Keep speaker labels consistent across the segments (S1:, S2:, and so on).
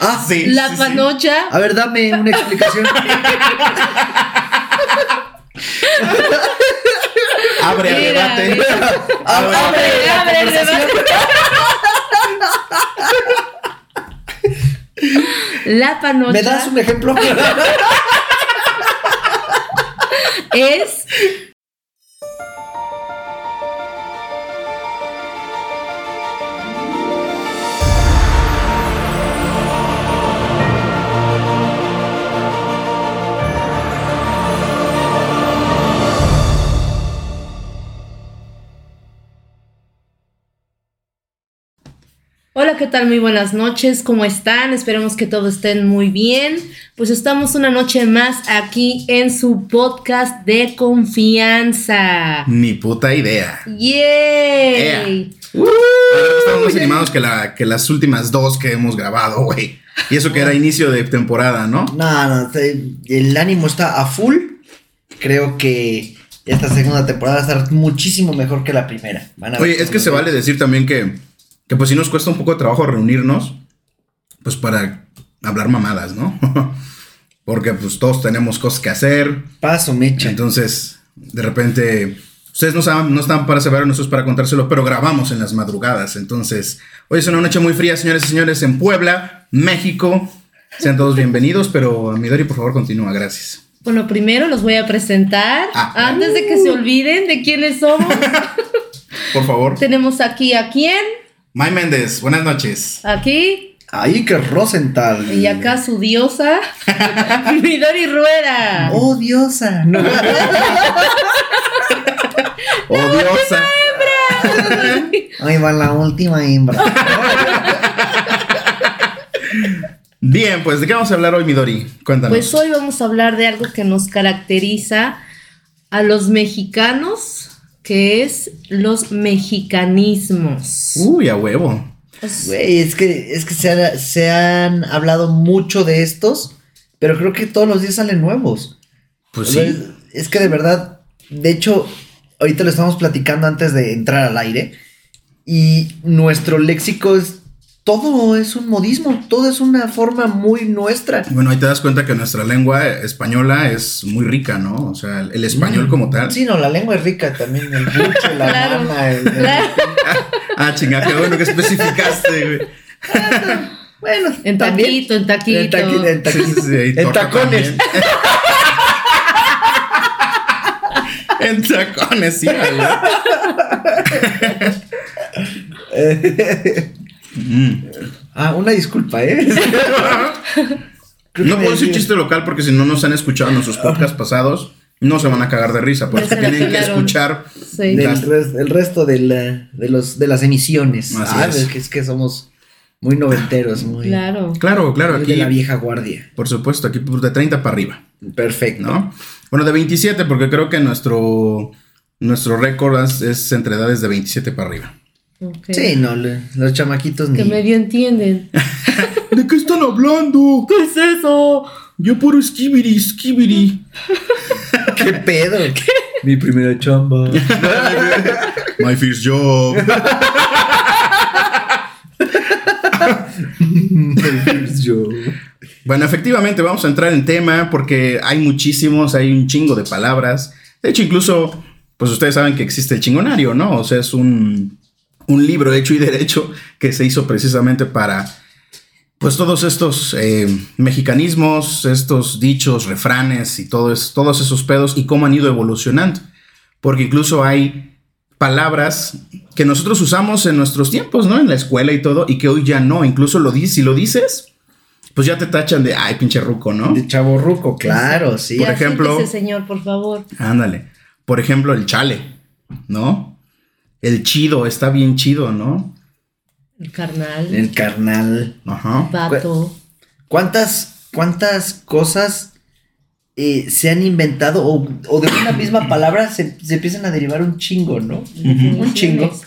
S1: Ah, sí.
S2: La
S1: sí, sí.
S2: panocha.
S1: A ver, dame una explicación.
S2: Mira,
S3: Abre el debate.
S2: mira.
S3: Abre.
S2: Abre, abre, el debate. La panocha.
S1: ¿Me das un ejemplo?
S2: es. Hola, ¿qué tal? Muy buenas noches, ¿cómo están? Esperemos que todos estén muy bien. Pues estamos una noche más aquí en su podcast de confianza.
S3: Ni puta idea.
S2: ¡Yay!
S3: Estamos más animados que, la, que las últimas dos que hemos grabado, güey. Y eso que era inicio de temporada, ¿no?
S1: No, no, te- el ánimo está a full. Creo que esta segunda temporada va a estar muchísimo mejor que la primera. Van a ver
S3: Oye, es que
S1: cómo
S3: se vale decir también que, que pues sí nos cuesta un poco de trabajo reunirnos, pues para hablar mamadas, ¿no? Porque pues todos tenemos cosas que hacer,
S1: Paso, mecha.
S3: entonces de repente ustedes no, saben, no están para saber, nosotros para contárselo, pero grabamos en las madrugadas, entonces hoy es una noche muy fría, señores y señores, en Puebla, México. Sean todos bienvenidos, pero Midori, por favor, continúa, gracias.
S2: Bueno, primero los voy a presentar.
S3: Ah.
S2: Antes de que se olviden de quiénes somos,
S3: Por favor.
S2: tenemos aquí a quién,
S3: May Méndez, buenas noches.
S2: aquí
S1: Ahí que Rosenthal.
S2: y acá su diosa, Midori Rueda.
S1: Oh, diosa. No.
S3: Odiosa.
S1: Ahí va la última hembra.
S3: Bien, pues, ¿de qué vamos a hablar hoy, Midori? Cuéntanos.
S2: Pues hoy vamos a hablar de algo que nos caracteriza a los mexicanos, que es los mexicanismos.
S3: Uy, a huevo.
S1: Uh, Güey, es que, es que se, ha- se han hablado mucho de estos, pero creo que todos los días salen nuevos.
S3: Pues
S1: O sea,
S3: sí.
S1: Es, es que de verdad, de hecho, ahorita lo estamos platicando antes de entrar al aire. Y nuestro léxico es. Todo es un modismo, todo es una forma muy nuestra.
S3: Bueno, ahí te das cuenta que nuestra lengua española es muy rica, ¿no? O sea, el español como tal.
S1: Sí, no, la lengua es rica también. El buche, la
S2: Claro.
S1: mama, el- el-
S2: Claro.
S3: Ah, chingada, qué bueno que especificaste, güey.
S1: Bueno,
S2: En
S1: también.
S2: taquito, en taquito.
S1: En taqui- en
S3: Sí,
S1: taquito.
S3: sí, sí, ahí
S1: En
S3: toca
S1: tacones.
S3: también. en tacones, sí, güey. Mm.
S1: Ah, una disculpa, ¿eh? Creo que
S3: No puedo decir
S1: me-
S3: chiste local porque si no nos han escuchado en nuestros podcasts pasados, no se van a cagar de risa. Por
S2: Ya
S3: eso
S2: se
S3: tienen que
S2: relacionaron.
S3: escuchar
S2: Sí.
S1: del res- el resto de, la- de los, de las emisiones.
S3: Así
S1: ah,
S3: es.
S1: es. que, es que somos muy noventeros, muy,
S2: Claro.
S3: Claro, claro,
S1: muy de
S3: aquí,
S1: la vieja guardia.
S3: por supuesto, aquí de 30 para arriba,
S1: Perfecto.
S3: ¿no? Bueno, de 27, porque creo que nuestro, nuestro récord es, es entre edades de 27 para arriba.
S2: Ok.
S1: Sí, no, le- los chamaquitos
S2: Que
S1: ni...
S2: medio entienden.
S3: ¿De qué están hablando?
S2: ¿Qué es eso?
S3: Yo puro skibiri, skibiri.
S1: ¿Qué pedo? Mi primera chamba.
S3: My first job.
S1: Yo.
S3: Bueno, efectivamente, vamos a entrar en tema porque hay muchísimos, hay un chingo de palabras. De hecho, incluso, pues ustedes saben que existe el chingonario, ¿no? O sea, es un, un libro hecho y derecho que se hizo precisamente para, pues, todos estos eh, mexicanismos, estos dichos, refranes y todo es- todos esos pedos y cómo han ido evolucionando. Porque incluso hay palabras que nosotros usamos en nuestros tiempos, ¿no? En la escuela y todo, y que hoy ya no. Incluso lo dices, si lo dices, pues ya te tachan de, ay, pinche ruco, ¿no?
S1: De chavo ruco, claro, sí.
S3: Por
S2: Ya
S3: ejemplo-
S2: siéntese, señor, por favor.
S3: Ándale. Por ejemplo, el chale, ¿no? El chido, está bien chido, ¿no?
S2: El carnal.
S1: El carnal.
S3: Ajá.
S2: Vato.
S1: ¿Cuántas, cuántas cosas eh, se han inventado o, o de una misma palabra se, se empiezan a derivar un chingo, ¿no? Un chingo.
S3: Un chi-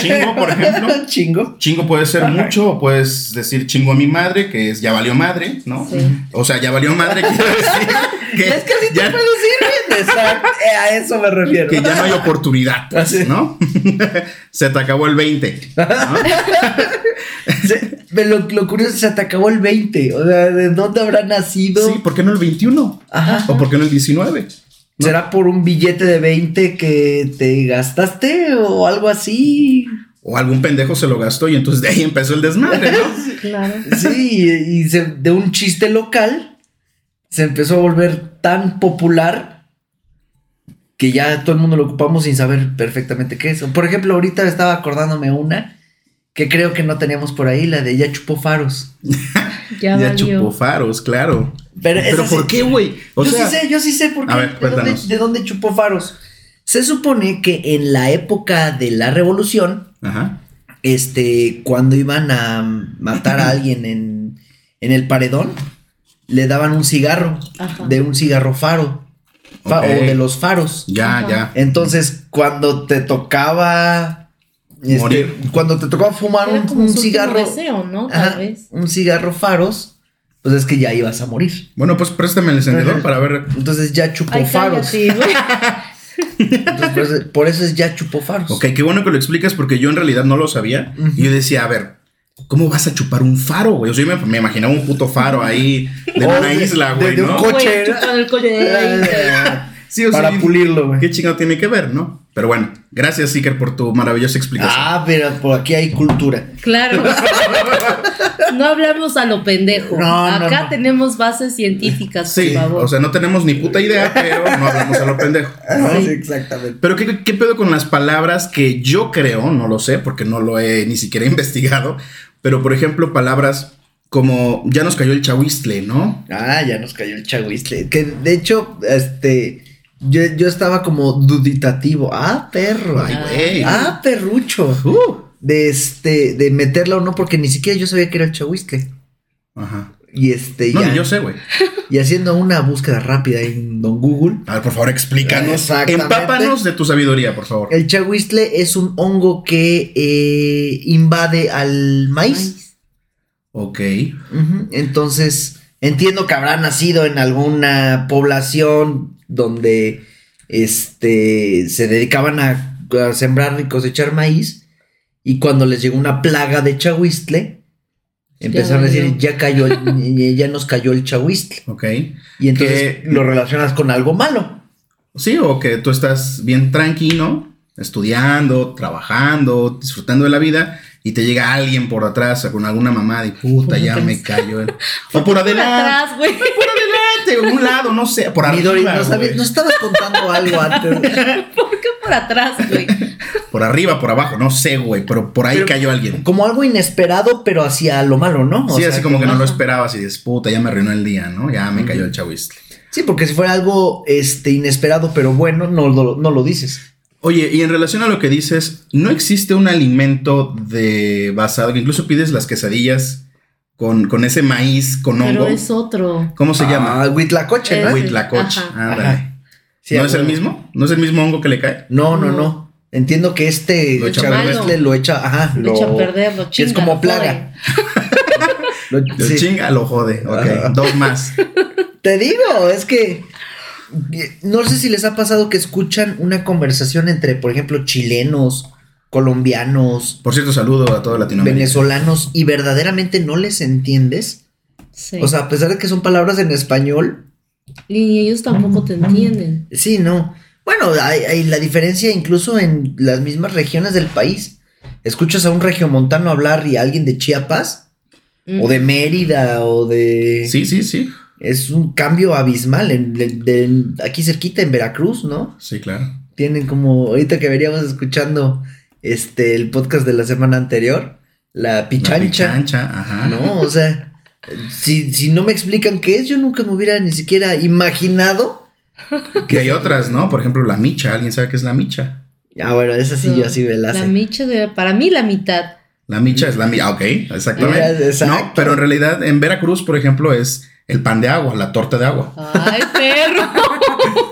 S3: Chingo, por ejemplo.
S1: Un chingo.
S3: Chingo puede ser
S1: Ajá.
S3: mucho, o puedes decir chingo a mi madre, que es ya valió madre, ¿no?
S2: Sí.
S3: O sea, ya valió madre, quiero decir que,
S1: Es que así
S3: ya,
S1: te puedo sirve. Exacto. eh, A eso me refiero.
S3: que ya no hay oportunidad, pues,
S1: Así.
S3: ¿no? Se te acabó el 20. ¿no?
S1: Se- Pero lo, lo curioso es que se te acabó el 20. O sea, ¿de dónde habrá nacido?
S3: Sí, ¿por qué no el 21?
S1: Ajá.
S3: ¿O por qué no el 19? ¿no?
S1: ¿Será por un billete de 20 que te gastaste o algo así?
S3: O algún pendejo se lo gastó y entonces de ahí empezó el desmadre, ¿no?
S2: Claro.
S1: Sí, y y se- de un chiste local se empezó a volver tan popular que ya todo el mundo lo ocupamos sin saber perfectamente qué es. Por ejemplo, ahorita estaba acordándome una que creo que no teníamos por ahí, la de ya chupó faros.
S2: Ya,
S3: ya
S2: valió.
S3: chupó faros, claro.
S1: Pero, esa
S3: Pero
S1: sí-
S3: ¿por qué, güey? O
S1: yo
S3: sea,
S1: sí sé, yo sí sé por qué.
S3: A ver,
S1: de, dónde,
S3: cuéntanos.
S1: de dónde chupó faros? Se supone que en la época de la revolución,
S3: ajá.
S1: este, cuando iban a matar a alguien en, en el paredón, le daban un cigarro,
S2: Ajá.
S1: de un cigarro faro, fa-
S3: Ok.
S1: o de los faros.
S3: Ya,
S2: Ajá.
S3: ya.
S1: Entonces, cuando te tocaba... este,
S3: Morir.
S1: cuando te tocaba fumar
S2: Era
S1: un,
S2: como
S1: un
S2: su último
S1: cigarro...
S2: deseo, ¿no? Tal
S1: ajá,
S2: vez.
S1: un cigarro faros, pues es que ya ibas a morir.
S3: Bueno, pues préstame el encendedor
S1: Ajá.
S3: para ver.
S1: Entonces ya chupó
S2: Ay,
S1: faros.
S2: cállate, güey.
S1: Entonces, por, eso, por eso es ya chupó faros.
S3: Ok, qué bueno que lo explicas porque yo en realidad no lo sabía.
S1: Ujú.
S3: Y yo decía, a ver, ¿cómo vas a chupar un faro, güey? O sea, yo me, me imaginaba un puto faro ahí de
S1: O
S3: una
S1: Oh, de- de-
S3: isla, güey,
S1: de un
S3: ¿no?
S1: coche.
S2: Güey, chupando el coche de ahí.
S1: Eh.
S3: Sí, o sea,
S1: Para
S3: yo-
S1: pulirlo, güey.
S3: ¿Qué chingado tiene que ver, no? Pero bueno, gracias, Iker, por tu maravillosa explicación.
S1: Ah, pero por aquí hay cultura.
S2: Claro. No hablamos a lo pendejo.
S1: No, no,
S2: Acá
S1: no.
S2: tenemos bases científicas,
S3: sí,
S2: por favor.
S3: o sea, no tenemos ni puta idea, pero no hablamos a lo pendejo.
S1: Ajá,
S2: Sí.
S1: Ah, sí, exactamente.
S3: Pero ¿qué, qué pedo con las palabras que yo creo, no lo sé, porque no lo he ni siquiera investigado, pero por ejemplo, palabras como ya nos cayó el chahuistle, ¿no?
S1: Ah, ya nos cayó el chagüiste. Que de hecho, este. Yo, yo estaba como duditativo. Ah, perro.
S3: Ay,
S2: Ah.
S3: güey.
S1: Ah, perrucho.
S3: Uh.
S1: De este. De meterla o no, porque ni siquiera yo sabía que era el chagüiste.
S3: Ajá.
S1: Y este,
S3: No,
S1: ya.
S3: ni yo sé, güey.
S1: Y haciendo una búsqueda rápida en Don Google.
S3: A ver, por favor, explícanos.
S1: Exactamente. Eh.
S3: Empápanos de tu sabiduría, por favor.
S1: El chagüistle es un hongo que eh, invade al maíz.
S2: Maíz.
S3: Ok.
S1: Ujú, Entonces, entiendo que habrá nacido en alguna población donde este, se dedicaban a, a sembrar y cosechar maíz. Y cuando les llegó una plaga de chahuistle, empezaron a
S2: valió.
S1: decir, ya cayó, el- ya nos cayó el chahuistle.
S3: Ok.
S1: Y entonces
S3: Que-
S1: lo relacionas con algo malo.
S3: Sí, o que tú estás bien tranquilo, estudiando, trabajando, disfrutando de la vida, y te llega alguien por atrás con alguna mamada y puta, ya me cayó el. O por
S2: Por
S3: adelante.
S2: atrás, güey.
S3: por adelante, o un lado, no sé, por arriba.
S1: Midori, ¿no, sabías-
S3: güey.
S1: no estabas contando algo antes.
S2: ¿Por qué por atrás, güey?
S3: Por arriba, por abajo, no sé, güey, pero por ahí
S1: Pero-
S3: cayó alguien.
S1: Como algo inesperado, pero hacia lo malo, ¿no? O
S3: sí,
S1: sea,
S3: así como que no
S2: ajá.
S3: lo esperabas y dices, puta, ya me arruinó el día, ¿no? Ya me cayó el este. chahuistle.
S1: Sí, porque si fuera algo este, inesperado, pero bueno, no, lo- no lo dices.
S3: Oye, y en relación a lo que dices, ¿no existe un alimento de basado que incluso pides las quesadillas con, con ese maíz con hongo?
S2: Pero es otro.
S3: ¿Cómo se llama?
S1: Ah, Huitlacoche, ¿no?
S2: Ese,
S3: Huitlacoche.
S2: ajá.
S3: Ándale.
S1: Ajá. Sí,
S3: Ah, ¿No
S1: a
S3: es el
S1: huevo.
S3: mismo? ¿No es el mismo hongo que le cae?
S1: No, no,
S2: No.
S1: no. Entiendo que este
S3: Lo echa a
S1: chahuistle
S2: perder.
S1: lo echa, ajá,
S2: Lo echa a perder, lo
S1: que
S2: chinga.
S1: es como
S2: lo
S1: plaga. lo-
S3: Lo
S1: sí. Ah.
S3: chinga, lo jode. Ok,
S1: Ajá.
S3: dos más.
S1: Te digo, es que eh, no sé si les ha pasado que escuchan una conversación entre, por ejemplo, chilenos, colombianos,
S3: Por cierto, saludo a todo Latinoamérica.
S1: venezolanos y verdaderamente no les entiendes.
S2: jode. Sí.
S1: O sea, a pesar de que son palabras en español,
S2: y ellos tampoco
S1: mm,
S2: te entienden.
S1: Sí, no. Bueno, hay, hay la diferencia incluso en las mismas regiones del país. Escuchas a un regiomontano hablar y a alguien de Chiapas o
S2: Mm.
S1: de Mérida o de...
S3: Sí, sí, sí.
S1: Es un cambio abismal. En, en- en- aquí cerquita, en Veracruz, ¿no?
S3: Sí, claro.
S1: Tienen como... Ahorita que veríamos escuchando este, el podcast de la semana anterior, la
S3: La
S1: pichancha.
S3: pichancha, ajá.
S1: No, o sea, si, si no me explican qué es, yo nunca me hubiera ni siquiera imaginado.
S3: Que hay otras, ¿no? Por ejemplo, la micha. ¿Alguien sabe qué es la micha?
S1: Ah, bueno, esa sí, yo así me la
S2: La
S1: sé.
S2: micha, de- para mí, la mitad.
S3: La micha es la micha. ah, Ok, exactamente.
S1: Mira, exacto.
S3: No, pero en realidad en Veracruz, por ejemplo, es el pan de agua, la torta de agua.
S2: Ay, perro.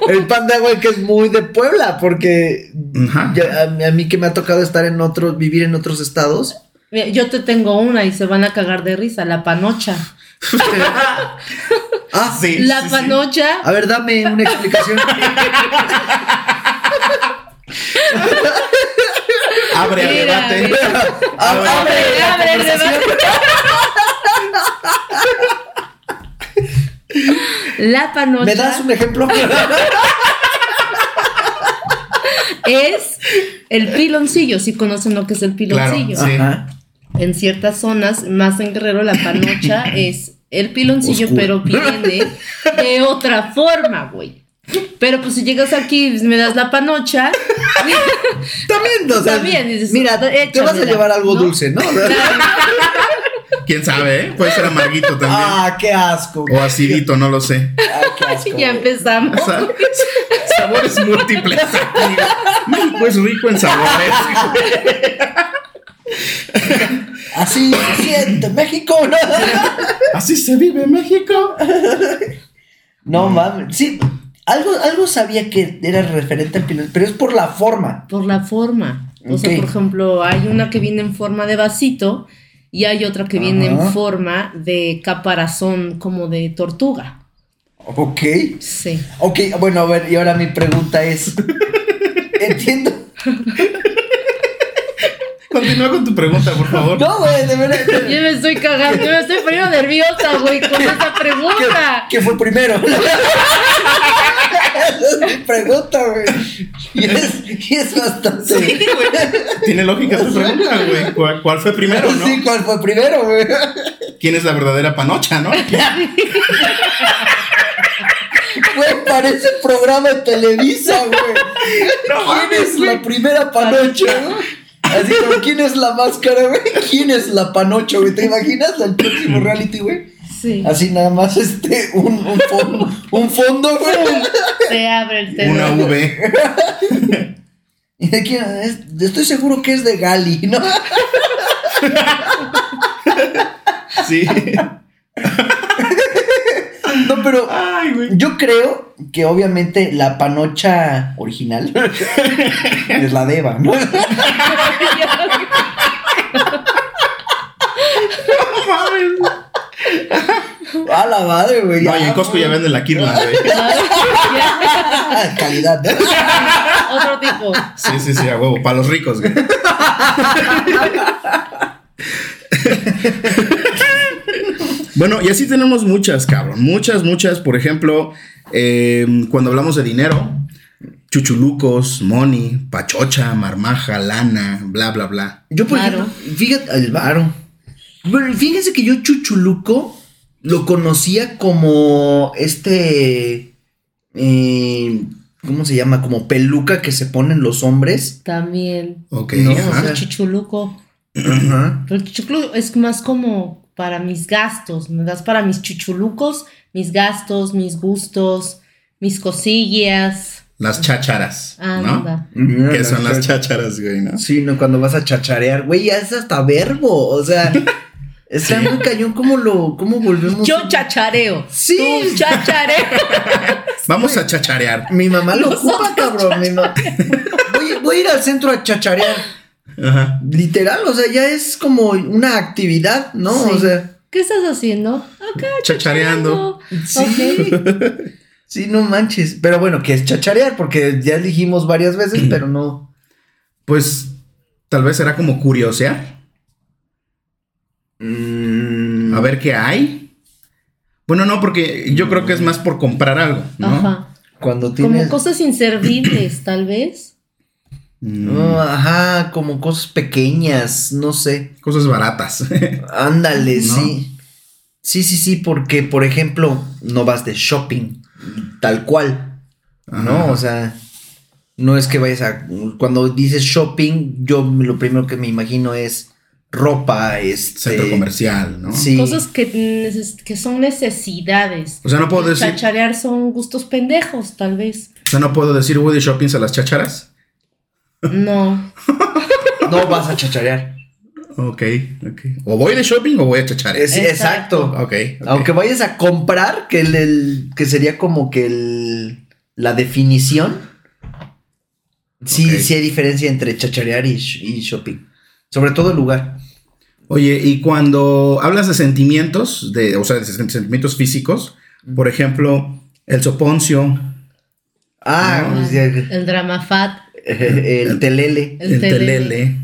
S1: El pan de agua que es muy de Puebla, porque
S3: Ajá.
S1: ya a, mí- a mí que me ha tocado estar en otros, vivir en otros estados.
S2: Mira, Yo te tengo una y se van a cagar de risa, la panocha.
S1: Ah,
S3: Sí,
S2: La
S3: sí, sí.
S2: panocha
S1: A ver, dame una explicación.
S3: Abre el
S2: Mira,
S3: debate.
S1: Abre,
S2: Abre,
S1: la
S2: abre,
S1: conversación.
S2: La panocha.
S1: ¿Me das un ejemplo?
S2: es el piloncillo, si conocen lo que es el piloncillo.
S3: Sí.
S1: Ajá.
S2: En ciertas zonas, más en Guerrero, la panocha es el piloncillo,
S1: Oscuro.
S2: pero viene de otra forma, güey. Pero pues si llegas aquí, me das la panocha.
S1: También, o sea,
S2: También, dices,
S1: mira, te vas a
S2: échamela,
S1: llevar algo
S2: ¿no?
S1: dulce, ¿no?
S3: ¿Quién sabe? eh? Puede ser amarguito también.
S1: ah, qué asco.
S3: O acidito, no lo sé.
S1: Ah, qué asco.
S2: ya empezamos.
S3: O sea, sabores múltiples. aquí. México es rico en sabores.
S1: Así se siente México. ¿no?
S3: Así se vive México.
S1: No mames. Sí, algo, algo sabía que era referente al pilón, pero es por la forma.
S2: Por la forma. O sea,
S1: Ok.
S2: por ejemplo, hay una que viene en forma de vasito y hay otra que viene en
S1: Ajá.
S2: forma de caparazón, como de tortuga.
S1: Ok.
S2: Sí.
S1: Ok, bueno, a ver, y ahora mi pregunta es. Entiendo.
S3: Continúa con tu pregunta, por favor.
S1: No, güey, de verdad.
S2: Yo me estoy cagando, yo me estoy poniendo nerviosa, güey, con esa pregunta.
S1: ¿Qué fue primero? Esa es mi pregunta, güey. Y es, y es bastante.
S3: Tiene lógica tu pregunta, güey. ¿Cuál, cuál fue primero, no?
S1: Sí, ¿cuál fue primero, güey?
S3: ¿Quién es la verdadera panocha, no?
S1: Güey, parece programa de Televisa, güey. ¿Quién es la primera panocha, güey? Así como, ¿quién es la máscara, güey? ¿Quién es la panocha, güey? ¿Te imaginas el próximo reality, güey?
S2: Sí.
S1: Así nada más, este, un, un fondo, un fondo, güey.
S2: Se abre el
S3: Una
S2: teléfono.
S3: V.
S1: Y de quién es, estoy seguro que es de Gali, ¿no?
S3: Sí.
S1: No, pero
S3: Ay, güey.
S1: yo creo que obviamente la panocha original es la de Eva, ¿no? A la madre, güey.
S3: No, y en Costco ya venden la Kirma, güey.
S1: Ah, Calidad, ¿no?
S2: Otro tipo.
S3: Sí, sí, sí, a huevo. Para los ricos, güey. Bueno, y así tenemos muchas, cabrón. Muchas, muchas. Por ejemplo, eh, cuando hablamos de dinero, chuchulucos, money, pachocha, marmaja, lana, bla, bla, bla.
S1: Yo, por
S2: Varo.
S1: ejemplo, fíjate, el varo. Bueno, fíjense que yo Chuchuluco lo conocía como este. eh, ¿Cómo se llama? Como peluca que se ponen los hombres.
S2: También.
S3: Ok.
S1: No,
S3: ajá.
S1: o sea,
S2: El chichuluco.
S1: Ajá.
S2: Pero el chichuluco es más como para mis gastos. Me das para mis chichulucos, mis gastos, mis gustos, mis cosillas. Ah,
S3: Las chácharas, ¿no?
S2: Anda.
S3: ¿Qué son las chácharas, güey, no?
S1: Sí, no, cuando vas a chacharear. Güey, ya es hasta verbo. O sea, está muy cañón. ¿Cómo lo. ¿Cómo volvemos?
S2: Yo chachareo.
S1: Sí.
S2: Tú chachareo.
S3: Vamos a chacharear.
S1: Mi mamá lo
S2: Nosotros
S1: ocupa, cabrón. mi ma- Voy, voy a ir al centro a chacharear.
S3: Ajá.
S1: Literal, o sea, ya es como una actividad, ¿no? O
S2: Sí.
S1: sea.
S2: ¿Qué estás haciendo? Acá
S3: Chachareando.
S2: chachareando.
S1: Sí. Sí, no manches. Pero bueno, que es chacharear, porque ya dijimos varias
S3: Mm.
S1: veces, pero no.
S3: Pues tal vez será como curiosear,
S1: Mm,
S3: a ver qué hay. Bueno, no, porque yo creo que es más por comprar algo,
S2: Ok.
S3: ¿no?
S2: Ajá.
S1: Cuando
S2: Como
S1: tienes.
S2: cosas inservibles, tal vez.
S3: Mm,
S1: No, ajá, como cosas pequeñas, no sé.
S3: Cosas baratas.
S1: Ándale,
S3: ¿No?
S1: sí. Sí, sí, sí, porque, por ejemplo, no vas de shopping, tal cual, ¿no?
S3: Ajá.
S1: O sea, no es que vayas a... Cuando dices shopping, yo lo primero que me imagino es ropa, este...
S3: Centro comercial, ¿no?
S1: Sí.
S2: Cosas que, neces- que son necesidades.
S3: O sea, no puedo decir,
S2: Chacharear son gustos pendejos, tal vez.
S3: o sea, no puedo decir Woody Shoppings a las chacharas.
S2: No.
S1: No vas a chacharear.
S3: Ok, ok. O voy de shopping o voy a chacharear.
S1: Es- exacto.
S3: Ok. ok.
S1: Aunque vayas a comprar, que el, el- que sería como que el, la definición. Sí,
S3: Ok.
S1: sí hay diferencia entre chacharear y, sh- y shopping. Sobre todo el lugar.
S3: Oye, y cuando hablas de sentimientos, de, o sea, de sen- sentimientos físicos, por ejemplo, el soponcio,
S1: Ah,
S3: No.
S1: pues ya-
S2: El drama fat.
S1: eh, el telele.
S2: El telele.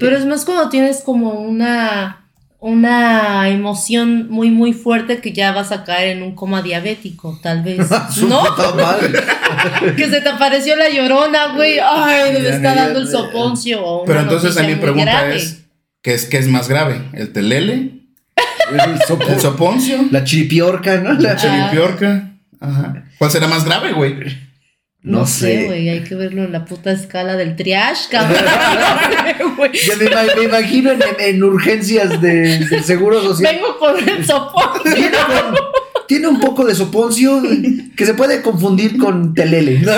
S2: Pero es más cuando tienes como una, una emoción muy, muy fuerte que ya vas a caer en un coma diabético, tal vez.
S1: Su
S2: ¿No?
S1: puta madre.
S2: Que se te apareció la llorona, güey. Ay, me
S3: Ya,
S2: está
S3: ya,
S2: dando el
S1: ya.
S2: soponcio. o una
S3: Pero entonces a
S2: noticia
S3: mi
S2: muy
S3: pregunta
S2: grave.
S3: es, ¿qué es, ¿qué es más grave? ¿El telele?
S1: Es el sopo-
S3: ¿El soponcio?
S1: La chiripiorca, ¿no? La-
S3: ¿La chiripiorca? Ajá. ¿Cuál será más grave, güey?
S2: No,
S1: no
S2: sé,
S1: sé.
S2: güey. Hay que verlo en la puta escala del triage, cabrón. No sé, güey.
S1: Ya me, ima- me imagino en, en- en urgencias de- del Seguro Social.
S2: Vengo por el soponcio.
S1: Tiene, con- tiene un poco de soponcio que se puede confundir con telele. ¿no?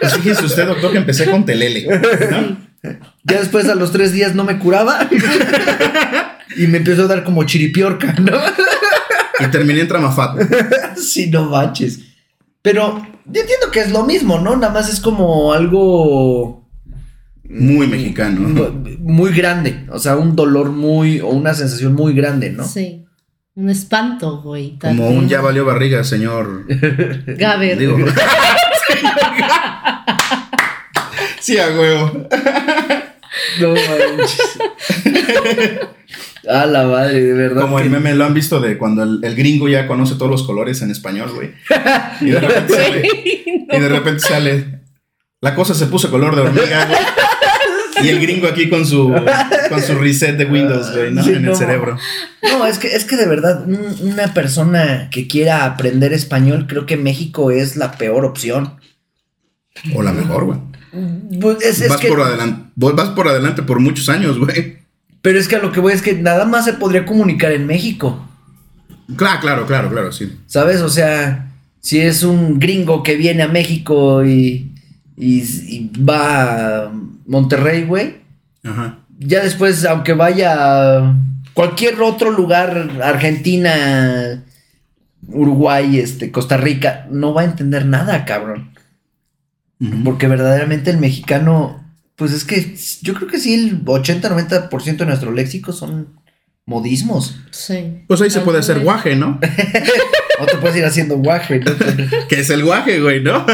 S3: Pues fíjese usted, doctor, que empecé con telele. ¿no?
S1: Ya después a los tres días no me curaba y me empezó a dar como chiripiorca, ¿no?
S3: Y terminé en tramafato.
S1: Si no manches. Pero yo entiendo que es lo mismo, ¿no? Nada más es como algo
S3: Muy mexicano.
S1: muy grande. O sea, un dolor muy o una sensación muy grande, ¿no?
S2: Sí. Un espanto, güey. tal
S3: Como un
S2: vez.
S3: ya valió barriga, señor.
S2: Gaber.
S3: Digo. Sí, a huevo.
S1: No manches. A la madre, de verdad.
S3: Como
S1: que-
S3: el meme lo han visto de cuando el, el gringo ya conoce todos los colores en español, güey. Y de repente sale. Y de repente sale. La cosa se puso color de hormiga, güey. Y el gringo aquí con su con su reset de Windows, güey, ¿no?
S1: Sí,
S3: en el
S1: no.
S3: cerebro.
S1: No, es que, es que de verdad, un- una persona que quiera aprender español, creo que México es la peor opción.
S3: O la mejor, güey.
S1: Pues es- es
S3: Vas
S1: que-
S3: por adelante, vos vas por adelante por muchos años, güey.
S1: pero es que a lo que voy es que nada más se podría comunicar en México.
S3: Claro, claro, claro, claro, sí.
S1: ¿Sabes? O sea, si es un gringo que viene a México y, y- y va a Monterrey, güey,
S3: Ajá.
S1: ya después, aunque vaya a cualquier otro lugar, Argentina, Uruguay, este, Costa Rica, no va a entender nada, cabrón.
S3: Ujú.
S1: Porque verdaderamente el mexicano, pues es que yo creo que sí, el 80-90% de nuestro léxico son modismos.
S2: Sí.
S3: Pues ahí se puede hacer guaje, ¿no?
S1: No te puedes ir haciendo guaje. ¿no?
S3: Que es el guaje, güey, ¿no?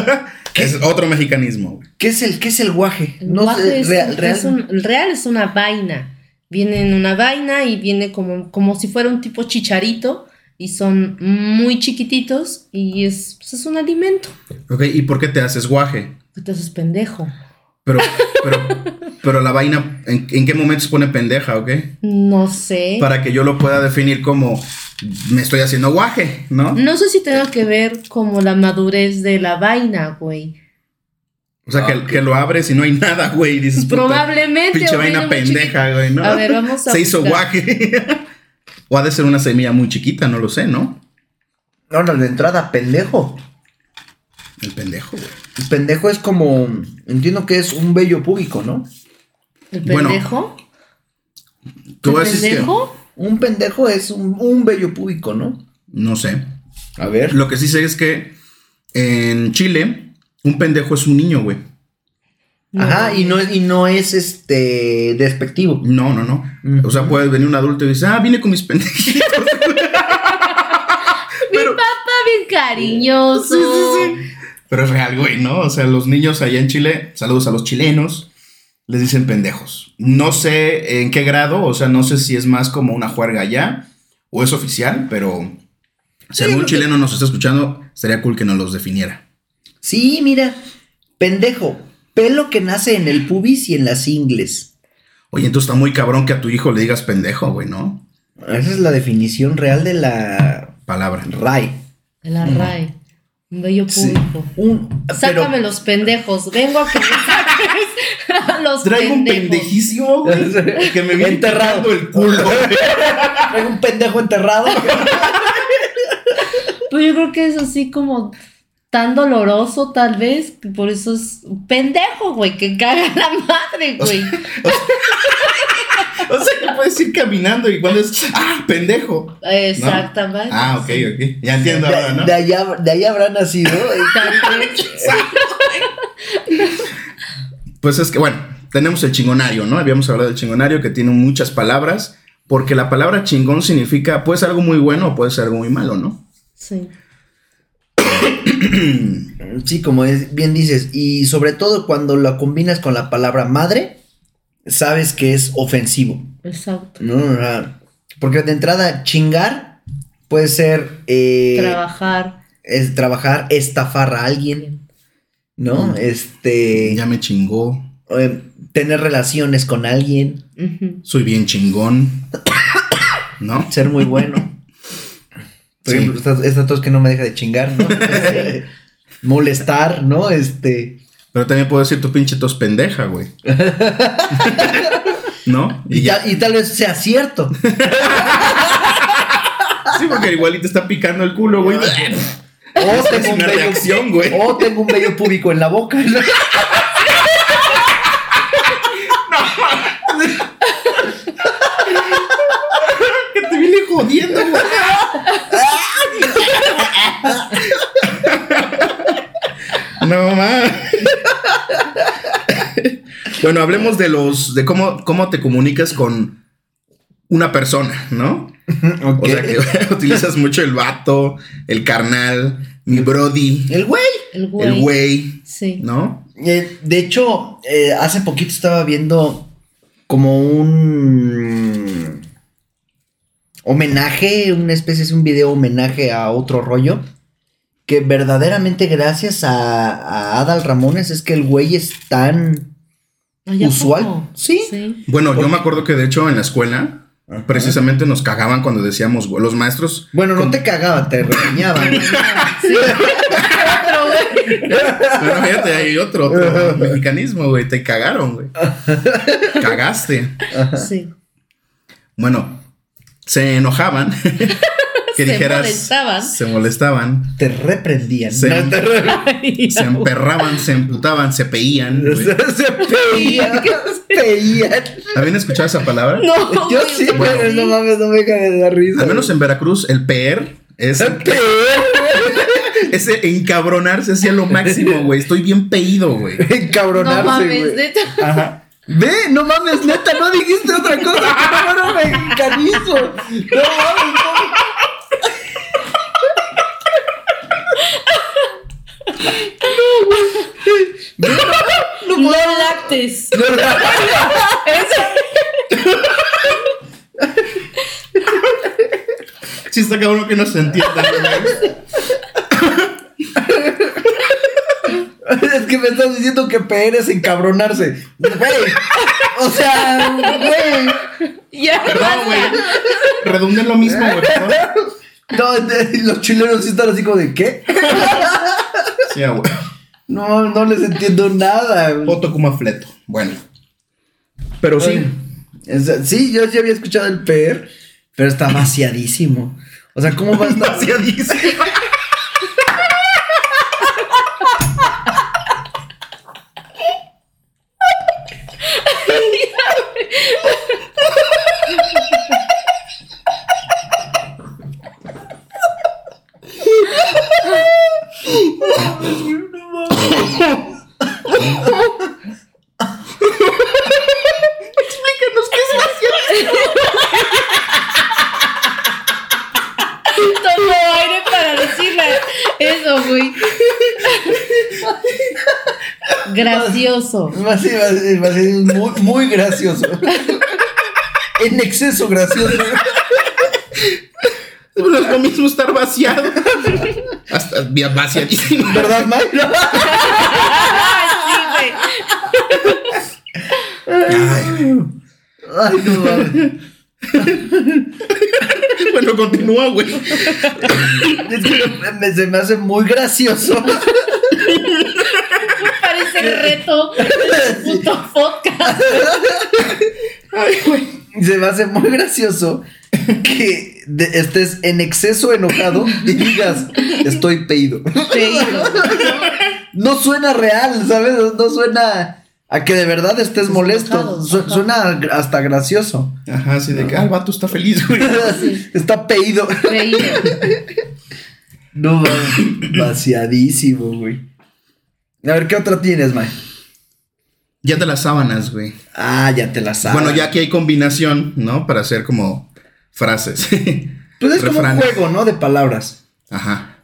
S3: Que es otro mexicanismo, güey.
S1: ¿Qué es el, qué es el guaje?
S2: El guaje
S1: sé,
S2: es,
S1: real-
S2: es
S1: real-
S2: un- el real es una vaina. Viene en una vaina y viene como, como si fuera un tipo chicharito y son muy chiquititos y es, pues es un alimento.
S3: Ok, ¿y por qué te haces guaje?
S2: Que te haces pendejo.
S3: Pero, pero, pero la vaina, ¿en, en qué momento se pone pendeja, ok?
S2: No sé.
S3: Para que yo lo pueda definir como me estoy haciendo guaje, ¿no?
S2: No sé si tenga que ver como la madurez de la vaina, güey.
S3: O sea, que, que lo abres y no hay nada, güey. y dices, puta,
S2: Probablemente.
S3: pinche
S2: o
S3: vaina
S2: viene muy
S3: pendeja, güey, ¿no?
S2: chiquito. A ver, vamos a
S3: se hizo
S2: buscar.
S3: guaje. o ha de ser una semilla muy chiquita, no lo sé, ¿no?
S1: No, no, de entrada, pendejo.
S3: El pendejo, güey.
S1: El pendejo es como, entiendo que es un bello público, ¿no?
S2: ¿El
S3: Bueno,
S2: pendejo?
S3: Tú
S2: ¿El
S3: vas a decir que-
S2: pendejo?
S1: Un pendejo es un, un bello público, ¿no?
S3: No sé.
S1: A ver.
S3: Lo que sí sé es que en Chile, un pendejo es un niño, güey.
S1: Ajá, y no, es- y no es este despectivo.
S3: No, no, no.
S2: Mm.
S3: O sea, puede venir un adulto y dice, ah, vine con mis pendejitos.
S2: Mi papá bien cariñoso.
S3: Pero es real, güey, ¿no? O sea, los niños allá en Chile, saludos a los chilenos, les dicen pendejos. No sé en qué grado, o sea, no sé si es más como una juerga allá o es oficial, pero si algún chileno nos está escuchando, sería cool que nos los definiera.
S1: Sí, mira. Pendejo. Pelo que nace en el pubis y en las ingles.
S3: Oye, entonces está muy cabrón que a tu hijo le digas pendejo, güey, ¿no?
S1: Esa es la definición real de la
S3: Palabra.
S1: RAE.
S2: De la RAE. Un bello
S3: Mm. Sí.
S2: público.
S1: Un,
S2: Sácame los pendejos. Vengo a que me saques a los
S3: Traigo un
S2: pendejos.
S3: pendejísimo, güey, que me viene
S1: Enterrado.
S3: enterrando el culo. güey.
S1: Hay un pendejo enterrado.
S2: Pero Pues yo creo que es así como tan doloroso, tal vez. que Por eso es un pendejo, güey. Que caga la madre, güey.
S3: O sea, que puedes ir caminando y cuando es, ah, pendejo.
S2: Exactamente.
S3: Ah, ok, ok. Ya entiendo ahora,
S1: De,
S3: ¿no?
S1: de allá, de allá habrá nacido.
S2: Tal vez.
S3: Pues es que, bueno, tenemos el chingonario, ¿no? Habíamos hablado del chingonario que tiene muchas palabras, porque la palabra chingón significa, puede ser algo muy bueno o puede ser algo muy malo, ¿no?
S2: Sí.
S1: Sí, como es, bien dices, y sobre todo cuando lo combinas con la palabra madre, sabes que es ofensivo.
S2: Exacto.
S1: ¿no? O sea, Porque de entrada, chingar puede ser eh,
S2: Trabajar.
S1: es trabajar, estafar a alguien, ¿no?
S3: Mm.
S1: Este.
S3: Ya me chingó.
S1: eh, tener relaciones con alguien,
S2: Ujú.
S3: Soy bien chingón. ¿No?
S1: ser muy bueno. Por
S3: Sí.
S1: ejemplo, esta, esta tos que no me deja de chingar, ¿no?
S2: Sí.
S1: Molestar, ¿no? Este.
S3: Pero también puedo decir tu pinche tos pendeja, güey. ¿No?
S1: Y, ta- y tal vez sea cierto.
S3: Sí, porque igual y te está picando el culo, güey.
S1: O
S3: Es
S1: tengo un
S3: una
S1: bello,
S3: reacción, güey.
S1: o tengo un vello púbico en la boca. ¿no?
S3: Que te viene jodiendo, güey. No más. Bueno, hablemos de los. de cómo, cómo te comunicas con una persona, ¿no?
S1: Ok.
S3: O sea que utilizas mucho el vato, el carnal, mi brody,
S1: El güey.
S2: El güey.
S3: el güey,
S2: Sí.
S3: ¿no?
S1: Eh, de hecho, eh, hace poquito estaba viendo como un homenaje, una especie de un video homenaje a otro rollo. Que verdaderamente gracias a, a Adal Ramones es que el güey es tan...
S2: Ay, ¿a
S1: ¿Usual?
S2: poco?
S1: Sí.
S2: Sí.
S3: Bueno, yo me acuerdo que de hecho en la escuela, precisamente nos cagaban cuando decíamos, güey, los maestros.
S1: Bueno, no
S3: Con-
S1: te cagaba, te regañaba. ¿no?
S2: Sí. Otro güey.
S3: Bueno, fíjate, hay otro, otro mexicanismo, güey. Te cagaron, güey. Cagaste.
S2: Sí.
S3: Bueno, se enojaban. que
S2: Se
S3: dijeras.
S2: molestaban.
S3: Se molestaban.
S1: Te reprendían.
S3: Se-
S1: No, te re-
S2: Ay,
S3: Se
S2: ya.
S3: emperraban, se emputaban, se peían. güey.
S1: se, se peían. peían.
S3: ¿Habían escuchado esa palabra?
S2: No.
S1: Yo
S2: güey,
S1: sí,
S2: yo
S1: pero no mames, no me cae de la risa.
S3: Al menos en Veracruz, el PR es. Ese encabronarse hacia lo máximo, güey. Estoy bien peído, güey.
S1: Encabronarse,
S2: No mames,
S1: güey.
S2: neta.
S1: Ajá. Ve, no mames, neta, no dijiste otra cosa que no fuera mexicanismo. No mames, no.
S2: No lactes.
S3: Sí, está cabrón que no se entienda, güey.
S1: Es que me estás diciendo que peer es encabronarse. Güey. O sea, güey.
S2: Ya.
S3: Perdón, güey. Redundé en lo mismo, güey. perdón.
S1: No, de- los chilenos sí están así como de ¿qué?
S3: Sí, ah, güey.
S1: No, no les entiendo nada. güey.
S3: Poto como fleto. Bueno. Pero sí.
S1: O sea, sí, yo sí había escuchado el peer, pero está vaciadísimo. O sea, ¿cómo va a estar?
S3: Vaciadísimo.
S2: Tomó aire para decirle eso, güey. Gracioso.
S1: Va a ser, va a ser- va a ser muy, muy gracioso. En exceso gracioso.
S3: No es lo mismo estar vaciado. Hasta bien vaciadísimo.
S1: ¿Verdad, Mike?
S2: Ay, sí,
S3: Ay.
S1: Ay, no mames.
S3: Bueno, continúa, güey.
S1: Es que me- me- se me hace muy gracioso.
S2: güey. Parece el reto del puto podcast.
S1: Se me hace muy gracioso que de- estés en exceso enojado y digas, estoy peído.
S2: Te digo.
S1: No suena real, ¿sabes? No suena a que de verdad estés molesto.
S2: enojado,
S1: Su-
S2: ajá.
S1: suena hasta gracioso.
S3: Ajá, así de que ah, el vato está feliz, güey.
S1: Está peído.
S2: Reído.
S1: No mames. Vaciadísimo, güey. A ver, ¿qué otra tienes, Mike?
S3: Ya de las sábanas, güey.
S1: Ah, ya te la sabes.
S3: Bueno, ya aquí hay combinación, ¿no? Para hacer como frases.
S1: Pues es como un
S3: refranes.
S1: juego, ¿no? De palabras.
S3: Ajá.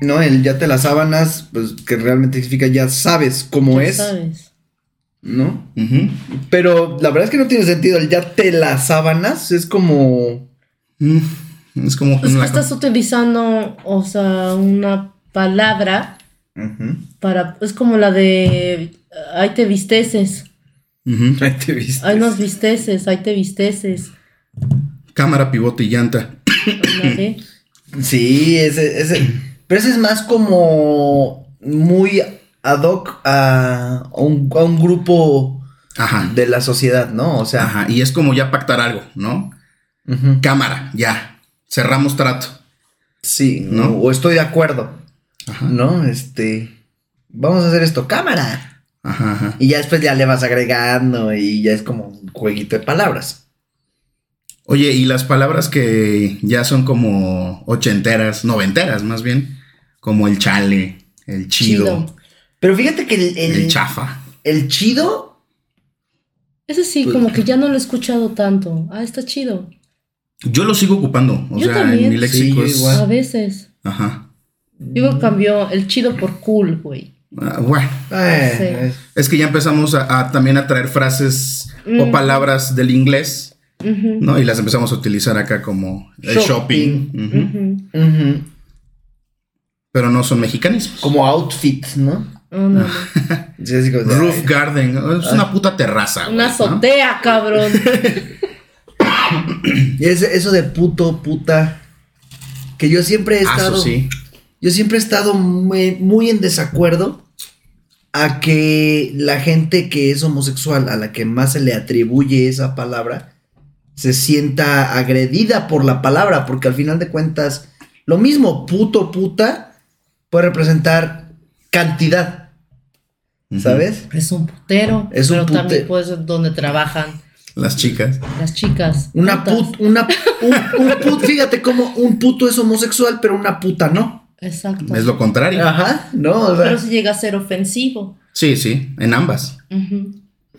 S1: ¿no? El ya te las sábanas, pues que realmente significa ya sabes cómo
S2: Ya
S3: Pues,
S1: es,
S2: sabes.
S1: ¿no?
S3: Ujú.
S1: Pero la verdad es que no tiene sentido. El ya te las sábanas es como.
S3: Mm, Es como
S2: Es que
S3: una
S2: estás utilizando, o sea, una palabra
S1: Ujú.
S2: para. Es como la de. Ahí te visteces.
S3: Ujú.
S1: Ahí te viste.
S2: Ahí
S3: Pues,
S2: nos visteces. Ahí te visteces.
S3: cámara, pivote y llanta.
S2: Ándale.
S1: Sí, ese, ese. Pero ese es más como muy ad hoc a, a un, a un grupo
S3: Ajá.
S1: de la sociedad, ¿no? O sea.
S3: Ajá. Y es como ya pactar algo, ¿no?
S1: ujú.
S3: Cámara, ya. Cerramos trato.
S1: Sí,
S3: ¿No?
S1: ¿no? O estoy de acuerdo,
S3: Ajá.
S1: ¿no? Este. Vamos a hacer esto, cámara.
S3: Ajá, ajá.
S1: Y ya después ya le vas agregando y ya es como un jueguito de palabras.
S3: Oye, y las palabras que ya son como ochenteras, noventeras más bien, como el chale, el chido,
S2: Chido.
S1: Pero fíjate que el,
S3: el,
S1: el-
S3: chafa.
S1: el chido,
S2: Ese sí,
S1: Pues-
S2: como que ya no lo he escuchado tanto. Ah, está chido.
S3: Yo lo sigo ocupando, o
S2: Yo
S3: sea, en
S2: también.
S3: mi
S1: Sí,
S3: léxico
S1: yo
S3: es-
S1: igual.
S2: A veces.
S3: Ajá.
S2: Digo, cambió el chido por cool, güey.
S3: Ah, bueno,
S1: eh,
S3: es que ya empezamos a, a también a traer frases o
S2: Mm.
S3: palabras del inglés,
S2: Ujú,
S3: ¿no? Y las empezamos a utilizar acá como el shopping,
S1: Shopping.
S3: ujú,
S2: ujú.
S1: ujú,
S3: pero no son mexicanismos.
S1: como outfit, ¿no?
S2: Ándale.
S1: Sí, así como-
S3: Roof garden, es
S1: Ah.
S3: una puta terraza.
S2: Una
S3: güey, ¿no?
S2: azotea, cabrón.
S1: Y es- eso de puto, puta. Que yo siempre he
S3: Ah, eso
S1: estado.
S3: sí.
S1: Yo siempre he estado muy, muy en desacuerdo a que la gente que es homosexual, a la que más se le atribuye esa palabra, se sienta agredida por la palabra, porque al final de cuentas, lo mismo, puto, puta, puede representar cantidad,
S3: Ujú.
S1: ¿sabes?
S2: Es un putero.
S1: Es un
S2: pero también
S1: pute-
S2: puede ser donde trabajan
S3: Las chicas.
S2: las chicas.
S1: Una
S2: putas.
S1: puta, una, un, un put- fíjate cómo un puto es homosexual, pero una puta no.
S2: Exacto.
S3: Es lo contrario.
S1: Ajá, no, o sea,
S2: Pero si llega a ser ofensivo.
S3: Sí, sí, en ambas.
S2: Ujú.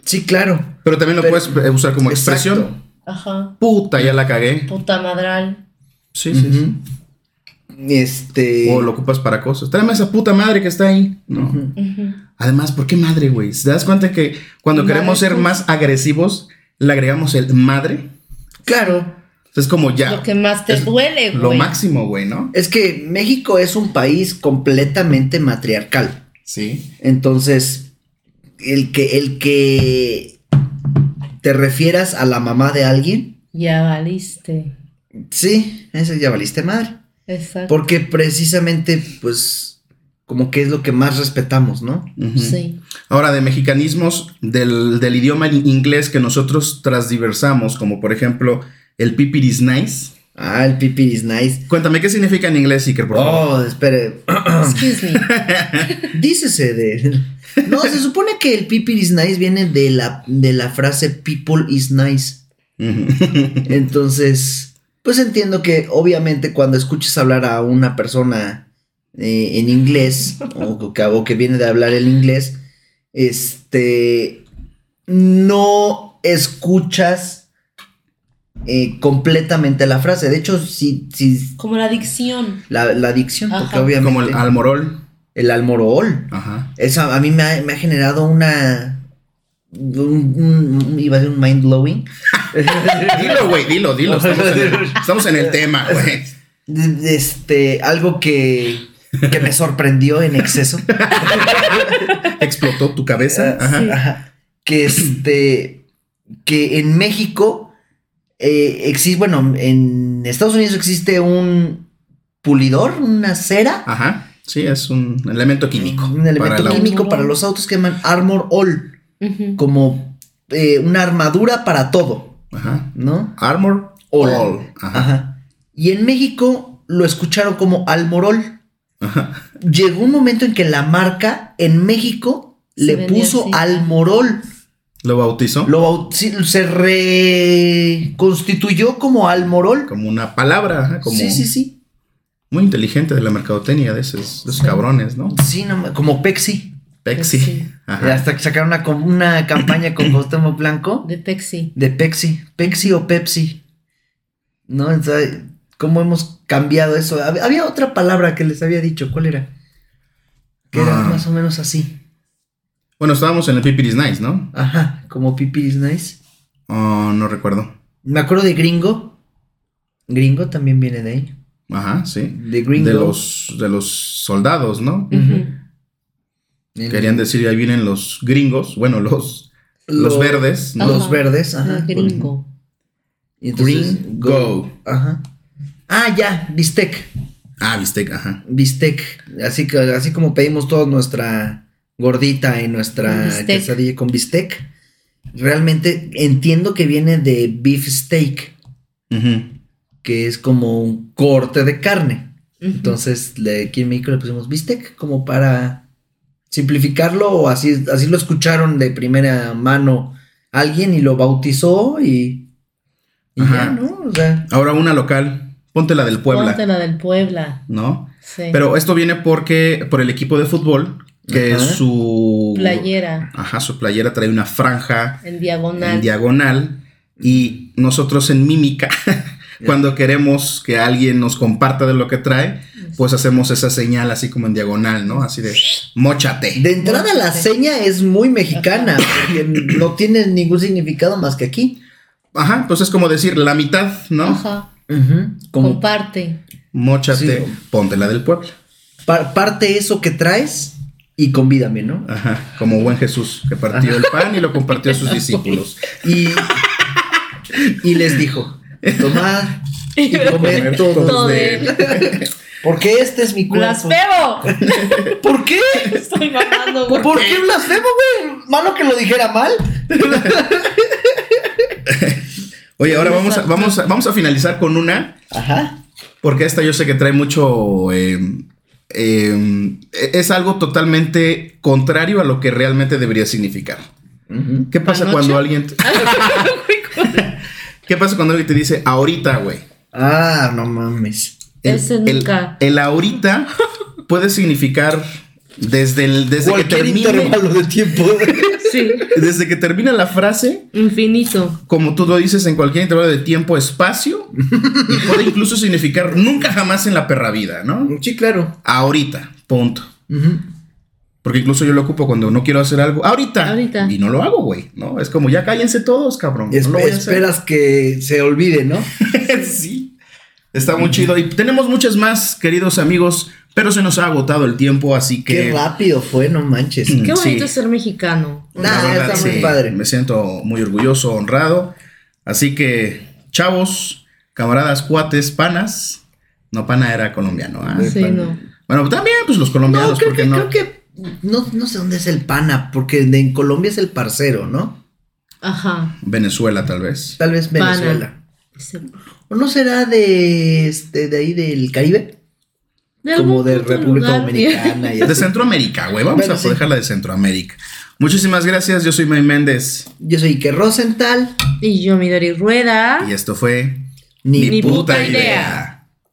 S1: sí, claro.
S3: Pero también lo
S1: Pero-
S3: puedes eh, usar como
S1: Exacto.
S3: expresión.
S2: Ajá.
S3: Puta, ya la cagué.
S2: Puta madral.
S3: Sí, sí, sí.
S1: Ujú. Este.
S3: O lo ocupas para cosas. Tráeme esa puta madre que está ahí. No.
S1: Ujú.
S2: Ujú.
S3: Además, ¿por qué madre, güey? ¿Te das cuenta que cuando
S2: Madre
S3: queremos ser
S2: tú.
S3: más agresivos, le agregamos el madre?
S1: Claro.
S3: Es como ya.
S2: Lo que más te
S3: Es
S2: duele, güey.
S3: Lo máximo, güey, ¿no?
S1: Es que México es un país completamente matriarcal.
S3: Sí.
S1: Entonces, el que, el que te refieras a la mamá de alguien,
S2: Ya valiste.
S1: sí, ese ya valiste madre.
S2: Exacto.
S1: Porque precisamente, pues, como que es lo que más respetamos, ¿no?
S3: Ujú.
S2: Sí.
S3: Ahora, de mexicanismos del, del idioma in- inglés que nosotros transdiversamos, como por ejemplo el pipir is nice.
S1: Ah, el pipi is nice.
S3: Cuéntame qué significa en inglés, Iker, por favor.
S1: Oh, espere.
S2: Excuse me.
S1: Dícese de. No, se supone que el people is nice viene de la, de la frase people is nice.
S3: Ujú.
S1: Entonces, pues entiendo que obviamente cuando escuches hablar a una persona eh, en inglés o, o que, o que viene de hablar el inglés, este, no escuchas eh, completamente la frase. De hecho, si, si
S2: Como la dicción.
S1: la, la dicción, porque
S2: Ajá.
S1: obviamente
S3: como el almorol.
S1: el almorol,
S3: Ajá.
S1: esa a mí me ha, me ha generado una... un- un- un- iba a decir un mind blowing.
S3: Dilo, güey, dilo, dilo. Estamos en el, estamos en el tema, güey.
S1: de- este, algo que, que me sorprendió en exceso.
S3: Explotó tu cabeza. Ajá.
S1: Ajá. Que este, que en México existe, bueno, en Estados Unidos existe un pulidor, una cera,
S3: Ajá. Sí, es un elemento químico.
S1: un elemento
S3: para la-
S1: químico
S2: Armor
S1: para
S2: All.
S1: los autos que llaman Armor All,
S2: Ujú.
S1: como eh, una armadura para todo,
S3: Ajá.
S1: ¿no?
S3: Armor all.
S1: All.
S3: Ajá.
S1: Ajá. Y en México lo escucharon como Almorol.
S3: Ajá.
S1: llegó un momento en que la marca en México
S2: Se
S1: le
S2: vendía
S1: puso
S2: así.
S1: Almorol.
S3: Lo bautizó
S1: Lo bau- sí, se reconstituyó como Almorol.
S3: como una palabra. Ajá, como
S1: Sí, sí, sí.
S3: Muy inteligente de la mercadotecnia de esos, de esos cabrones, ¿no?
S1: Sí, no ma- como Pepsi.
S3: Pexi.
S2: Pepsi.
S3: Ajá.
S1: Hasta que sacaron una, com- una campaña con Gustavo Blanco
S2: De Pepsi.
S1: de Pepsi. Pepsi o Pepsi. ¿No? Entonces, cómo hemos cambiado eso. Hab- Había otra palabra que les había dicho, ¿cuál era? Que era
S3: Ah.
S1: más o menos así.
S3: Bueno, estábamos en el Pipiris Nice, ¿no?
S1: Ajá, como pipi is nice.
S3: Ah, no recuerdo.
S1: Me acuerdo de gringo. Gringo también viene de ahí.
S3: Ajá, sí.
S1: De gringo.
S3: De los, de los soldados, ¿no?
S1: Ujú. El-
S3: Querían decir, ahí vienen los gringos, bueno, los,
S1: lo-
S3: los verdes, ¿no?
S2: Ajá.
S1: Los verdes,
S2: Ah,
S1: ajá.
S2: gringo.
S1: Y entonces,
S3: Gringo.
S1: Ajá. Ah, ya, bistec.
S3: Ah, bistec, ajá.
S1: Bistec. Así que así como pedimos todos nuestra gordita y nuestra
S2: Con bistec.
S1: quesadilla con bistec. Realmente entiendo que viene de beef steak,
S3: Ujú.
S1: que es como un corte de carne.
S2: Ujú.
S1: Entonces, le, aquí en México le pusimos bistec como para simplificarlo o así, así lo escucharon de primera mano alguien y lo bautizó y, y ya,
S3: Ajá.
S1: ¿no? O sea,
S3: Ahora una local, ponte la del Puebla,
S2: Ponte la del Puebla.
S3: ¿no?
S2: Sí.
S3: Pero esto viene porque, por el equipo de fútbol, que
S1: Ajá.
S3: su...
S2: Playera
S3: Ajá, su playera trae una franja
S2: en diagonal.
S3: en diagonal y nosotros en mímica, cuando queremos que alguien nos comparta de lo que trae, pues hacemos esa señal así como en diagonal, ¿no? Así de, mochate.
S1: de entrada la
S2: Bastante.
S1: seña es muy mexicana, porque no tiene ningún significado más que aquí.
S3: Ajá, pues es como decir la mitad, ¿no?
S2: Ajá.
S1: Ujú, Como
S2: Comparte.
S3: Móchate,
S1: Sí.
S3: ponte la del pueblo.
S1: par- parte eso que traes y convídame, ¿no?
S3: Ajá, como buen Jesús que partió el pan y lo compartió a sus discípulos.
S1: Y, y les dijo, tomad y comed
S3: Comer
S1: todos
S2: Todo
S1: de él, porque este es mi cuerpo.
S2: ¡Blasfemo!
S1: ¿Por qué?
S2: Estoy mamando, güey.
S1: ¿Por qué blasfemo, güey? Malo que lo dijera mal.
S3: Oye, ahora vamos a, vamos, a, vamos a finalizar con una,
S1: Ajá.
S3: porque esta yo sé que trae mucho... eh, eh, es algo totalmente contrario a lo que realmente debería significar. ¿Qué pasa
S2: ¿Anoche?
S3: cuando alguien... te- ¿Qué pasa cuando alguien te dice ahorita, güey?
S1: Ah, no mames.
S2: Ese nunca.
S3: El, ahorita puede significar desde, el, desde que
S1: Cualquier
S3: termine...
S1: intervalo de tiempo.
S2: Sí.
S3: Desde que termina la frase,
S2: Infinito.
S3: como tú lo dices, en cualquier intervalo de tiempo, espacio, y puede incluso significar nunca jamás en la perra vida, ¿no?
S1: sí, claro.
S3: Ahorita, punto. Porque incluso yo lo ocupo cuando no quiero hacer algo. Ahorita.
S2: Ahorita.
S3: Y no lo hago, güey. ¿No? Es como ya cállense todos, cabrón.
S1: Espe-
S3: no lo voy a hacer.
S1: esperas que se olvide, ¿no?
S3: sí. Está muy chido. Y tenemos muchas más, queridos amigos, pero se nos ha agotado el tiempo, así que.
S1: Qué rápido fue, no manches.
S3: Mm.
S2: Qué
S3: Sí.
S2: bonito es ser mexicano.
S3: La
S1: Nah,
S3: verdad,
S1: está muy
S3: sí,
S1: padre.
S3: Me siento muy orgulloso, honrado. Así que, chavos, camaradas, cuates, panas. No, pana era colombiano. ¿ah?
S2: Sí, no.
S3: Bueno, también, pues los
S1: No,
S3: colombianos,
S1: creo
S3: porque
S1: que, creo
S3: no.
S1: que no, no sé dónde es el pana, porque de- en Colombia es el parcero, ¿no?
S2: Ajá.
S3: Venezuela, tal vez.
S1: Tal vez
S2: Pana.
S1: Venezuela.
S2: Ese-
S1: ¿O no será de este, de ahí del Caribe?
S2: de
S1: Como
S2: algún
S1: de
S2: puto
S1: República
S2: lugar,
S1: Dominicana y
S3: De
S1: así.
S3: Centroamérica, güey. Vamos
S1: Bueno,
S3: a
S1: sí.
S3: dejarla de Centroamérica. Muchísimas gracias. Yo soy May Méndez.
S1: Yo soy Iker Rosenthal.
S2: Y yo, Midori Rueda.
S3: Y esto fue.
S1: Ni,
S2: Ni puta idea.
S3: idea.